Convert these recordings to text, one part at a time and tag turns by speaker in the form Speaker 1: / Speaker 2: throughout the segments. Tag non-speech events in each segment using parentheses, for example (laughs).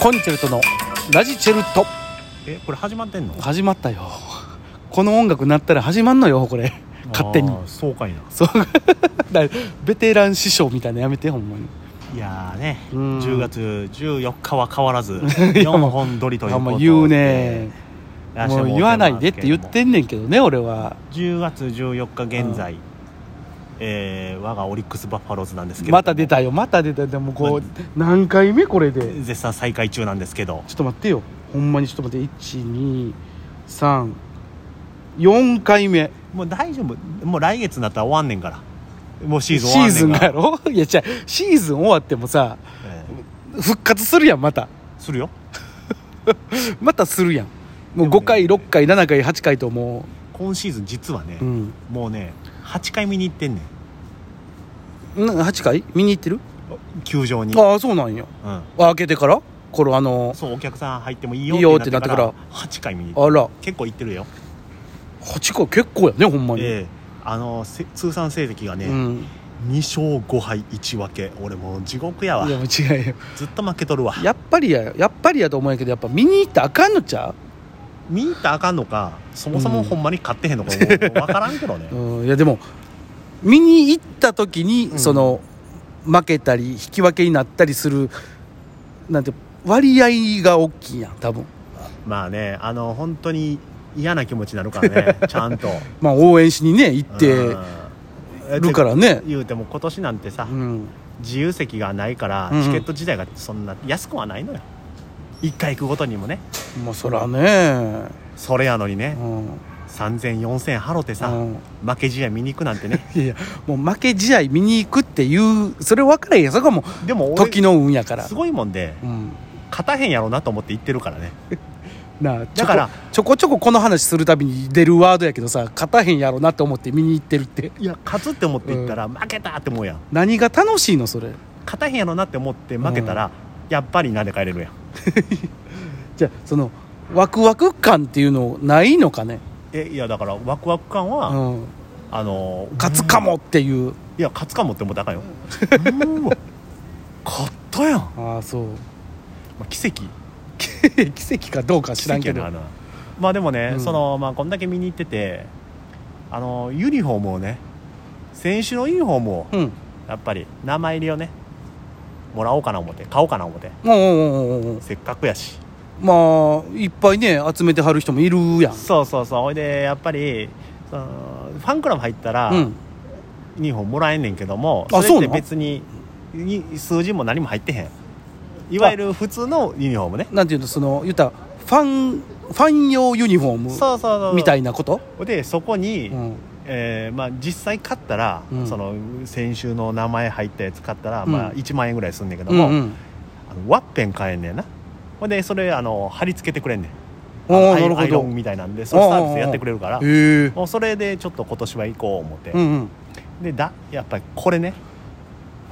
Speaker 1: コンチェルトのラジチェルト
Speaker 2: えこれ始まってんの
Speaker 1: 始まったよこの音楽鳴ったら始まんのよこれ勝手に
Speaker 2: あーそうかいな
Speaker 1: そう (laughs) だベテラン師匠みたいなのやめてほんまに
Speaker 2: いやーね
Speaker 1: うん
Speaker 2: 10月14日は変わらず
Speaker 1: (laughs) いやもう
Speaker 2: 4本撮りという
Speaker 1: あ
Speaker 2: こ
Speaker 1: ん
Speaker 2: と
Speaker 1: ま
Speaker 2: で
Speaker 1: 言うね
Speaker 2: らっしゃ
Speaker 1: も
Speaker 2: る
Speaker 1: う
Speaker 2: と思
Speaker 1: 言わないでって言っ
Speaker 2: ますけ
Speaker 1: てんねんけどね俺は
Speaker 2: ども10月14日現在、えー我がオリックス・バッファローズなんですけれども
Speaker 1: また出たよまた出たでもこう何回目これで
Speaker 2: 絶賛再開中なんですけど
Speaker 1: ちょっと待ってよほんまにちょっと待って1234回目
Speaker 2: もう大丈夫もう来月になったら終わんねんからもうシーズン終
Speaker 1: シー
Speaker 2: わん
Speaker 1: ズ
Speaker 2: ねん
Speaker 1: ン
Speaker 2: か
Speaker 1: がや
Speaker 2: ら
Speaker 1: ろいやじゃシーズン終わってもさ
Speaker 2: え
Speaker 1: 復活するやんまた
Speaker 2: えするよ
Speaker 1: またするやんもう
Speaker 2: でもね
Speaker 1: 5回6回7回8回とも
Speaker 2: 今シーズン実はね、
Speaker 1: う、うん、
Speaker 2: もうね8回見に行ってんねん
Speaker 1: な8回見に行ってる
Speaker 2: 球場に、
Speaker 1: ああそうなんや
Speaker 2: うん、
Speaker 1: あ開けてからこれあの
Speaker 2: そうお客さん入ってもいい
Speaker 1: いいよ
Speaker 2: よってなってから
Speaker 1: って
Speaker 2: 8回見に行っ
Speaker 1: あら
Speaker 2: て結構行ってるよ、
Speaker 1: 8回結構やねほんまに、
Speaker 2: ええあのせ通算成績がね、
Speaker 1: うん、
Speaker 2: 2勝5敗1分け俺もう地獄やわ
Speaker 1: いやもう違うよ
Speaker 2: ずっと負けとるわ
Speaker 1: やっぱりややっぱりやと思うんやけどやっぱ見に行ったらあかんのちゃ
Speaker 2: 見に行ったらあかんのかそもそうも
Speaker 1: ん
Speaker 2: ほんまに勝ってへんのかもう分からんけどね
Speaker 1: (laughs) う、うんいやでも見に行った時に、
Speaker 2: うん
Speaker 1: その負けたり引き分けになったりするなんて割合が大きいやん多分
Speaker 2: まあねあの本当に嫌な気持ちになる
Speaker 1: (laughs)
Speaker 2: からねちゃんと
Speaker 1: まあ応援しにね行って
Speaker 2: うん
Speaker 1: るからね
Speaker 2: 言うても今年なんてさ、
Speaker 1: うん
Speaker 2: 自由席がないから
Speaker 1: うんうん
Speaker 2: チケット自体がそんな安くはないのよ1回行くごとにもね
Speaker 1: まあそらね
Speaker 2: それやのにね
Speaker 1: うんうん
Speaker 2: 30004000払ってさ、負け試合見に行くなん
Speaker 1: (laughs)
Speaker 2: てね
Speaker 1: いやいやもう負け試合見に行くっていうそれ分からへんやんそこはも
Speaker 2: でも
Speaker 1: う
Speaker 2: 俺
Speaker 1: 時の運やから
Speaker 2: すごいもんで
Speaker 1: うん
Speaker 2: 勝たへんやろうなと思って行ってるからね
Speaker 1: なあ
Speaker 2: だから
Speaker 1: ちょこちょこちょここの話するたびに出るワードやけどさ勝たへんやろなと思って見に行ってるって
Speaker 2: いや勝つって思って行ったら負けたって思うやん
Speaker 1: 何が楽しいのそれ
Speaker 2: 勝たへんやろうなって思って負けたら、やっぱりなんで帰れるやん
Speaker 1: じゃあそのワクワク感っていうのないのかね、
Speaker 2: えいやだからワクワク感は、
Speaker 1: うん、
Speaker 2: あの
Speaker 1: 勝つかもっていう
Speaker 2: いや勝つかもって思ったらあかんようーわ勝ったやん、ま
Speaker 1: ああそう (laughs)
Speaker 2: あ、奇跡
Speaker 1: 奇跡かどうか知らんけど
Speaker 2: 奇跡やなまあでもね、
Speaker 1: うん
Speaker 2: そのまあこんだけ見に行っててあのユニフォームをね選手のユニフォームを
Speaker 1: うん
Speaker 2: やっぱり名前入りをねもらおうかな思って買おうかな思って
Speaker 1: おうんうんうんうん
Speaker 2: せっかくやし
Speaker 1: まあいっぱいね集めてはる人もいるやん
Speaker 2: そうそうそうほいでやっぱりそのファンクラブ入ったら、
Speaker 1: うん
Speaker 2: ユニフォームもらえんねんけども
Speaker 1: あ
Speaker 2: れ
Speaker 1: そ
Speaker 2: っ
Speaker 1: う
Speaker 2: て
Speaker 1: なの
Speaker 2: 別にに数字も何も入ってへんいわゆる普通のユニフォームね
Speaker 1: なんていうのその言ったらファンファン用ユニフォーム
Speaker 2: そうそうそう
Speaker 1: みた
Speaker 2: い
Speaker 1: いなこと、
Speaker 2: でそこに、
Speaker 1: うん、
Speaker 2: えーまあ、実際買ったら、
Speaker 1: うん
Speaker 2: その先週の名前入ったやつ買ったら、まあ、
Speaker 1: うん
Speaker 2: 1万円ぐらいすんねんけど
Speaker 1: うん
Speaker 2: も、
Speaker 1: うん
Speaker 2: あのワッペン買えんねんなほんでそれあの貼り付けてくれんねん
Speaker 1: お
Speaker 2: あの
Speaker 1: お
Speaker 2: アイ
Speaker 1: なる
Speaker 2: アイロ
Speaker 1: ほ
Speaker 2: ン
Speaker 1: ど
Speaker 2: みたいなんでそのサービスやってくれるから
Speaker 1: へえ
Speaker 2: もうそれでちょっと今年は行こう思って、
Speaker 1: うんうん
Speaker 2: でだやっぱりこれね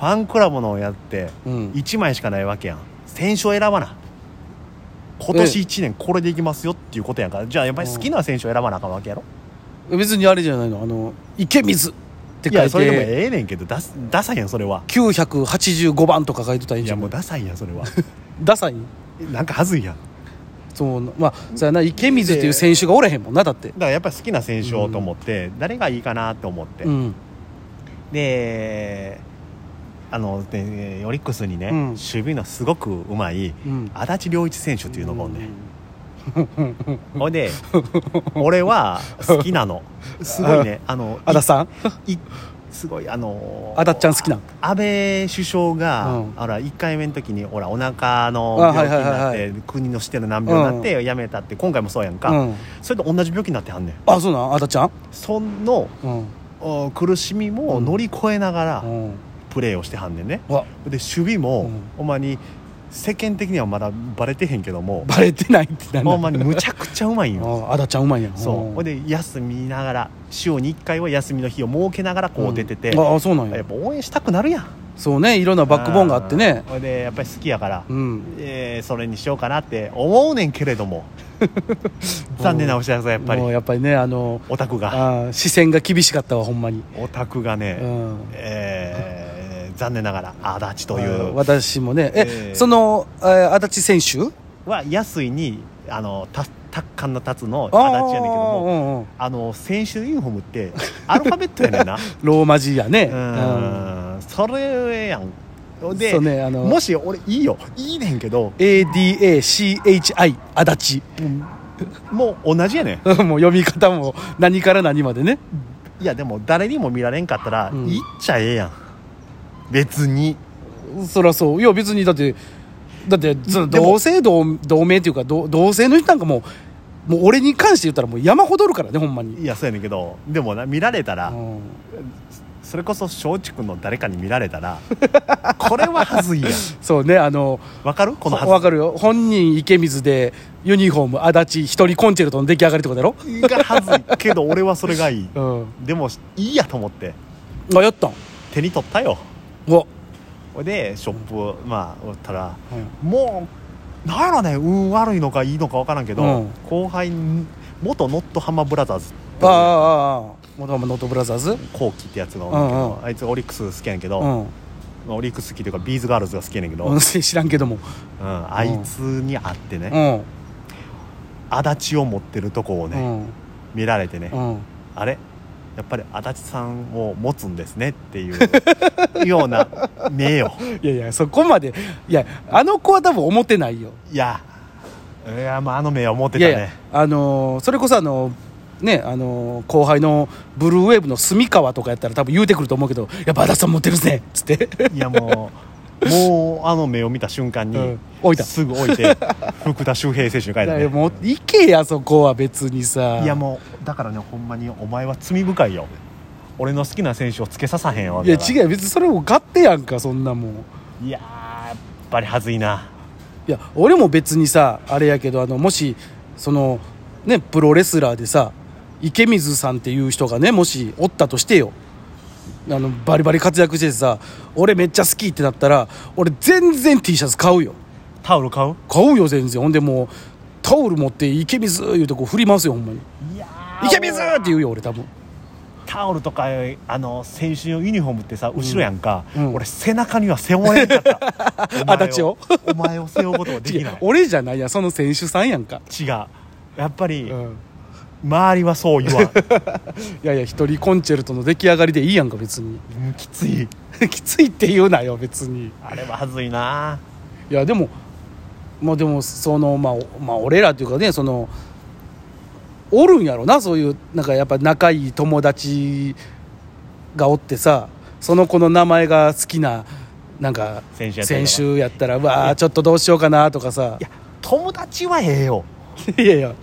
Speaker 2: ファンクラブのやって
Speaker 1: うん
Speaker 2: 1枚しかないわけやん選手を選ばな今年1年これでいきますよっていうことやんからじゃあやっぱり好きな選手を選ばなあかんわけやろ
Speaker 1: 別にあれじゃないのあの池水って
Speaker 2: い
Speaker 1: 書
Speaker 2: や
Speaker 1: い
Speaker 2: それでも
Speaker 1: て
Speaker 2: ええねんけどダスダサいやんそれは
Speaker 1: 985番とか書いてたらいいん
Speaker 2: い
Speaker 1: じ
Speaker 2: や
Speaker 1: ゃ
Speaker 2: も
Speaker 1: な
Speaker 2: う
Speaker 1: い
Speaker 2: ダサいやんそれは (laughs)
Speaker 1: ダサい
Speaker 2: なんかはずいやん
Speaker 1: そうまあそうやな池水っていう選手がおれへんもんなだって
Speaker 2: だからやっぱり好きな選手をと思って、誰がいいかなと思って、
Speaker 1: うん
Speaker 2: であのでオリックスにね、
Speaker 1: うん
Speaker 2: 守備のすごくうまい
Speaker 1: うん
Speaker 2: 足立良一選手っていうのもおんね、
Speaker 1: うん
Speaker 2: ほいで俺は好き
Speaker 1: (laughs)
Speaker 2: なのすごいねあの
Speaker 1: 足立さん
Speaker 2: いすごいあの
Speaker 1: 足立ちゃん好きなん
Speaker 2: 安倍首相が、
Speaker 1: うん
Speaker 2: あら1回目の時にほらお腹の
Speaker 1: あ
Speaker 2: 病気になっ
Speaker 1: はいはい
Speaker 2: て国の指定の難病になってやめたって今回もそうやんか、
Speaker 1: うん
Speaker 2: それと同じ病気になってはんねん
Speaker 1: あそうなん足立ちゃん
Speaker 2: その
Speaker 1: うん
Speaker 2: お苦しみも乗り越えながら
Speaker 1: うん
Speaker 2: プレーをしてはんねんね、
Speaker 1: うわ
Speaker 2: で守備も、
Speaker 1: うん
Speaker 2: ほんまに世間的にはまだバレてへんけども
Speaker 1: バレてないってなんだ
Speaker 2: ほんまにむちゃくちゃうまいん
Speaker 1: (laughs)
Speaker 2: よ
Speaker 1: ああだちゃんうまいやん
Speaker 2: そうほん
Speaker 1: で
Speaker 2: で休みながら週に1回は休みの日を設けながらこう出てて、
Speaker 1: ああそうなん
Speaker 2: やっ
Speaker 1: や
Speaker 2: ぱ応援したくなるやん
Speaker 1: そうねいろんなバックボーンがあってね
Speaker 2: うんほんでやっぱり好きやから、
Speaker 1: うん
Speaker 2: えーそれにしようかなって思うねんけれど
Speaker 1: (laughs)
Speaker 2: も残念なお知らせやっぱり
Speaker 1: もうやっぱりねあの
Speaker 2: オタクが
Speaker 1: あー視線が厳しかったわほんまに
Speaker 2: オタクがね、
Speaker 1: うん
Speaker 2: えー残念ながら足立とい
Speaker 1: あ
Speaker 2: う
Speaker 1: 私もねえ、
Speaker 2: ええ
Speaker 1: そのえー足立選手
Speaker 2: は安いにあのた達観の達の足
Speaker 1: あ
Speaker 2: 立やねんけど
Speaker 1: ー
Speaker 2: も
Speaker 1: うんうん
Speaker 2: あの選手ユニフォームってアルファベットや
Speaker 1: (laughs)
Speaker 2: ねんな
Speaker 1: ローマ字やねうん
Speaker 2: うんそれやんで
Speaker 1: そうねあの
Speaker 2: もし俺いいよいいねんけど
Speaker 1: ADACHI 足
Speaker 2: もう同じやねん
Speaker 1: 立 (laughs) もう読み方も何から何までね
Speaker 2: いやでも誰にも見られんかったら
Speaker 1: うん
Speaker 2: 行っちゃええやん別に
Speaker 1: そりゃそういや別にだってだってその
Speaker 2: でも
Speaker 1: 同姓同同名っていうか同同姓の人なんかもうもう俺に関して言ったらもう山ほどおるからねほんまに、
Speaker 2: いやそうやねんけどでもな見られたら
Speaker 1: うん
Speaker 2: それこそ松竹の誰かに見られたらこれははずいやん
Speaker 1: そうねあの
Speaker 2: わかるこのはず
Speaker 1: わかるよ本人池水でユニフォーム足立一人コンチェルトの出来上がりってことだろ
Speaker 2: がはずいけど俺はそれがいい
Speaker 1: うん
Speaker 2: でもいいやと思って
Speaker 1: あやったん
Speaker 2: 手に取ったよ
Speaker 1: うわ、
Speaker 2: でショップをまあおったらもうなんやろね運悪いのかいいのか分からんけど、
Speaker 1: うん
Speaker 2: 後輩に元ノットハマブラザーズ
Speaker 1: ああああもともとノートブラザーズ
Speaker 2: 後期ってやつがおるんだけど、
Speaker 1: うんうん
Speaker 2: あいつオリックス好きやねんけど、
Speaker 1: うん、
Speaker 2: まあオリックス好きというかビーズガールズが好きやねんけど、
Speaker 1: う、
Speaker 2: うんん
Speaker 1: 知らんけ (laughs) ども
Speaker 2: あいつに会ってね、
Speaker 1: うん
Speaker 2: 足立を持ってるとこを
Speaker 1: う
Speaker 2: ね、
Speaker 1: ん
Speaker 2: 見られてね、
Speaker 1: うん
Speaker 2: あれやっぱり足立さんを持つんですねっていうような目よ
Speaker 1: いやいやそこまでいやあの子は多分思ってないよ
Speaker 2: いやいやまああの目は持って
Speaker 1: い
Speaker 2: た
Speaker 1: や
Speaker 2: ね
Speaker 1: いやあのーそれこそあのーねあのー後輩のブルーウェーブの住川とかやったら多分言うてくると思うけど「やっぱ足立さん持ってるぜ」っつって
Speaker 2: いやもうもうあの目を見た瞬間に、
Speaker 1: うん置いた
Speaker 2: すぐ置いて (laughs) 福田周平選手に書い
Speaker 1: (laughs)
Speaker 2: た
Speaker 1: いや
Speaker 2: ね
Speaker 1: もう行けやそこは別にさ
Speaker 2: いやもうだからねほんまにお前は罪深いよ俺の好きな選手をつけささへんわ
Speaker 1: いや
Speaker 2: だから
Speaker 1: 違うよ別にそれも勝手やんかそんなもん
Speaker 2: いやーやっぱりはずいない
Speaker 1: や俺も別にさあれやけどあのもしそのねプロレスラーでさ池水さんっていう人がねもしおったとしてよあのバリバリ活躍しててさ俺めっちゃ好きってなったら俺全然 T シャツ買うよ
Speaker 2: タオル買う
Speaker 1: 買うよ全然ほんでもうタオル持って池水言うてこう振り回すよほんまに
Speaker 2: いやー
Speaker 1: 池水って言うよ俺多分
Speaker 2: タオルとかあの選手のユニフォームってさ後ろやんか、
Speaker 1: うん
Speaker 2: 俺背中には背負えんか
Speaker 1: (laughs)
Speaker 2: ったお前
Speaker 1: 足立を
Speaker 2: お前を背負うことができ
Speaker 1: (laughs) 違う
Speaker 2: ない
Speaker 1: 俺じゃないやんその選手さんやんか、
Speaker 2: 違うやっぱり、
Speaker 1: うん
Speaker 2: 周りはそう言わん
Speaker 1: いやいや一人コンチェルトの出来上がりでいいやんか別に (laughs)
Speaker 2: うんきつい
Speaker 1: きついって言うなよ別に
Speaker 2: あれははずいない
Speaker 1: やでもまあでもそのまあ、おまあ、俺らというかねそのおるんやろなそういうなんかやっぱ仲いい友達がおってさその子の名前が好きななんか
Speaker 2: 選手やったり
Speaker 1: 選
Speaker 2: とか
Speaker 1: 手やったらうわあちょっとどうしようかなとかさ
Speaker 2: いや友達はええよ
Speaker 1: いやいや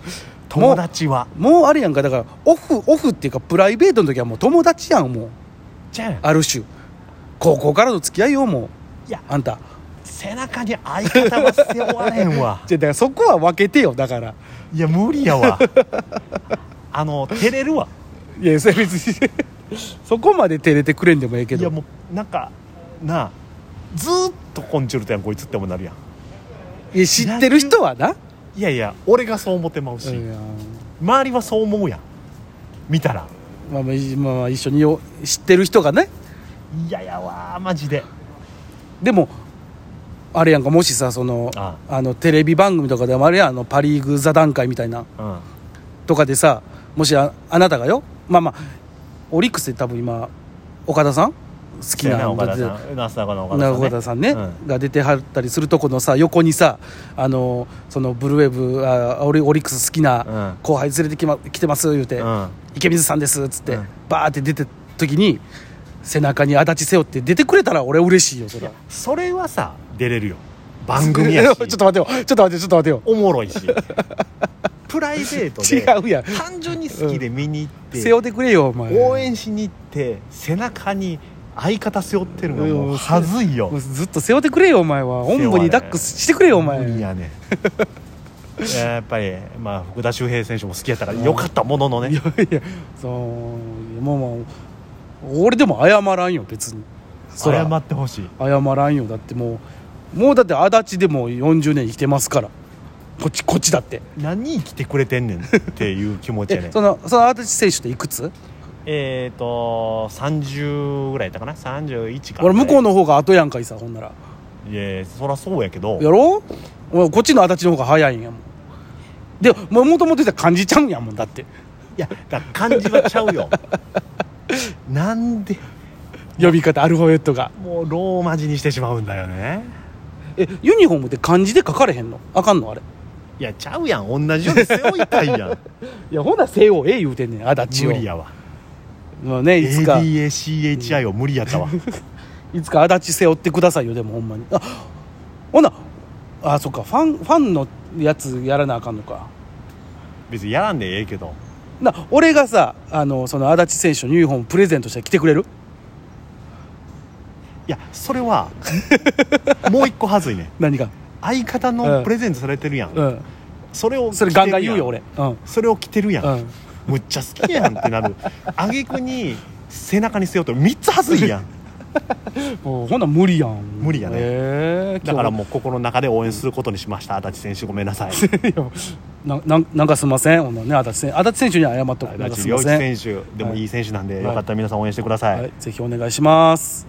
Speaker 2: 友達は
Speaker 1: もうあれやんかだからオフオフっていうかプライベートの時はもう友達やんもう
Speaker 2: じゃあ
Speaker 1: ある種高校からの付き合いよもう
Speaker 2: いや
Speaker 1: あんた
Speaker 2: 背中に相方は背負われんわ
Speaker 1: じゃだからそこは分けてよだから
Speaker 2: (laughs) いや無理やわあの照れるわ
Speaker 1: いやそれ別に (laughs) そこまで照れてくれんでもええけ
Speaker 2: いや
Speaker 1: ど
Speaker 2: もうなんかなあずーっとコンチュルトやんこいつってもなるやん
Speaker 1: いや知ってる人はない
Speaker 2: やいや俺がそう思ってまうし、
Speaker 1: いや
Speaker 2: 周りはそう思うやん見たら
Speaker 1: まあまあいまあまあ一緒によ知ってる人がね
Speaker 2: 嫌やわマジで
Speaker 1: でもあれやんかもしさそのあ
Speaker 2: あ
Speaker 1: のテレビ番組とかでもあれやんあのパ・リーグ座談会みたいな
Speaker 2: うん
Speaker 1: とかでさもしああなたがよまあまあオリックスって多分今岡田さん好き
Speaker 2: せや
Speaker 1: な
Speaker 2: な岡田
Speaker 1: だって
Speaker 2: さんなすなかの岡田さん、ね、
Speaker 1: 中田さんね、
Speaker 2: うん
Speaker 1: が出てはったりするとこのさ横にさあのそのブルーウェーブあオリオリックス好きな
Speaker 2: うん
Speaker 1: 後輩連れてき、ま、来てます言うて、
Speaker 2: うん
Speaker 1: 池水さんですっつって、
Speaker 2: うん
Speaker 1: バーって出て時に背中に足立背負って出てくれたら俺嬉しいよそれ
Speaker 2: それはさ出れるよ番組 (laughs) やし
Speaker 1: (laughs) ちょっと待てよちょっと待てよちょっと待てよ
Speaker 2: おもろ
Speaker 1: (laughs)
Speaker 2: いしプライベートで
Speaker 1: 違うやん
Speaker 2: 単純に好きで見に行って、
Speaker 1: 背負ってくれよお前
Speaker 2: 応援しに行って背中に相方背負ってるのはもうはずいよ
Speaker 1: もうずっと背負ってくれよお前はおんぶに抱っこしてくれよお前
Speaker 2: 無理やね
Speaker 1: (laughs)
Speaker 2: いややっぱり、まあ、福田周平選手も好きやったからよかったものの
Speaker 1: いや (laughs)
Speaker 2: ね
Speaker 1: いやそうもうもう俺でも謝らんよ別にそら
Speaker 2: 謝ってほしい
Speaker 1: 謝らんよだってもうもうだって足立でも40年生きてますからこっちこっちだって
Speaker 2: 何生きてくれてんねんっていう気持ちや
Speaker 1: (laughs) え
Speaker 2: ね
Speaker 1: そのその足立選手っていくつ
Speaker 2: えっ、ー、と30ぐらいやったかな31か
Speaker 1: 俺向こうの方が後やんかいさほんなら
Speaker 2: いやいやそりゃそうやけど
Speaker 1: やろお前こっちの足立の方が早いんやもんでももともと言ったら感じちゃうんやもんだって
Speaker 2: いやだから漢字はちゃうよなんで
Speaker 1: 呼び方アルファベットが
Speaker 2: もうローマ字にしてしまうんだよね
Speaker 1: えユニフォームって漢字で書かれへんのあかんのあれ
Speaker 2: いやちゃうやん同じように背負いたい
Speaker 1: (laughs)
Speaker 2: や
Speaker 1: い
Speaker 2: ん
Speaker 1: やほな西洋ええ言うてんねん足立を
Speaker 2: 無理やわ
Speaker 1: もうねいつか
Speaker 2: ADACHI を無理やったわ
Speaker 1: いつか足立背負ってくださいよでもほんまにあほなあそっかファンファンのやつやらなあかんのか
Speaker 2: 別にやらんでええけど
Speaker 1: な俺がさあのその足立選手のユニフォームプレゼントして来てくれる
Speaker 2: いやそ
Speaker 1: (laughs)
Speaker 2: れはもう一個はずいね
Speaker 1: 何か
Speaker 2: 相方のプレゼントされてるやん、
Speaker 1: うん
Speaker 2: それを
Speaker 1: それ
Speaker 2: 着て
Speaker 1: ガンガ
Speaker 2: るやん
Speaker 1: ン言うよ俺うん
Speaker 2: それを着てるやん、
Speaker 1: うん
Speaker 2: むっちゃ好きやんってなる挙句に背中に背負ってる3つはず
Speaker 1: (laughs)
Speaker 2: いやん
Speaker 1: もうほんな無理やん
Speaker 2: 無理やね
Speaker 1: ね
Speaker 2: だからもう心の中で応援することにしました足立選手ごめんなさい
Speaker 1: う (laughs) ななんなんかすんませんほんならね足立選足立選手には謝っとくなんか
Speaker 2: 足
Speaker 1: すん
Speaker 2: 立良
Speaker 1: ま
Speaker 2: 一
Speaker 1: せん
Speaker 2: 選手でもいい選手なんで、
Speaker 1: はい
Speaker 2: よかったら皆さん応援してください
Speaker 1: はい、ぜひお願いします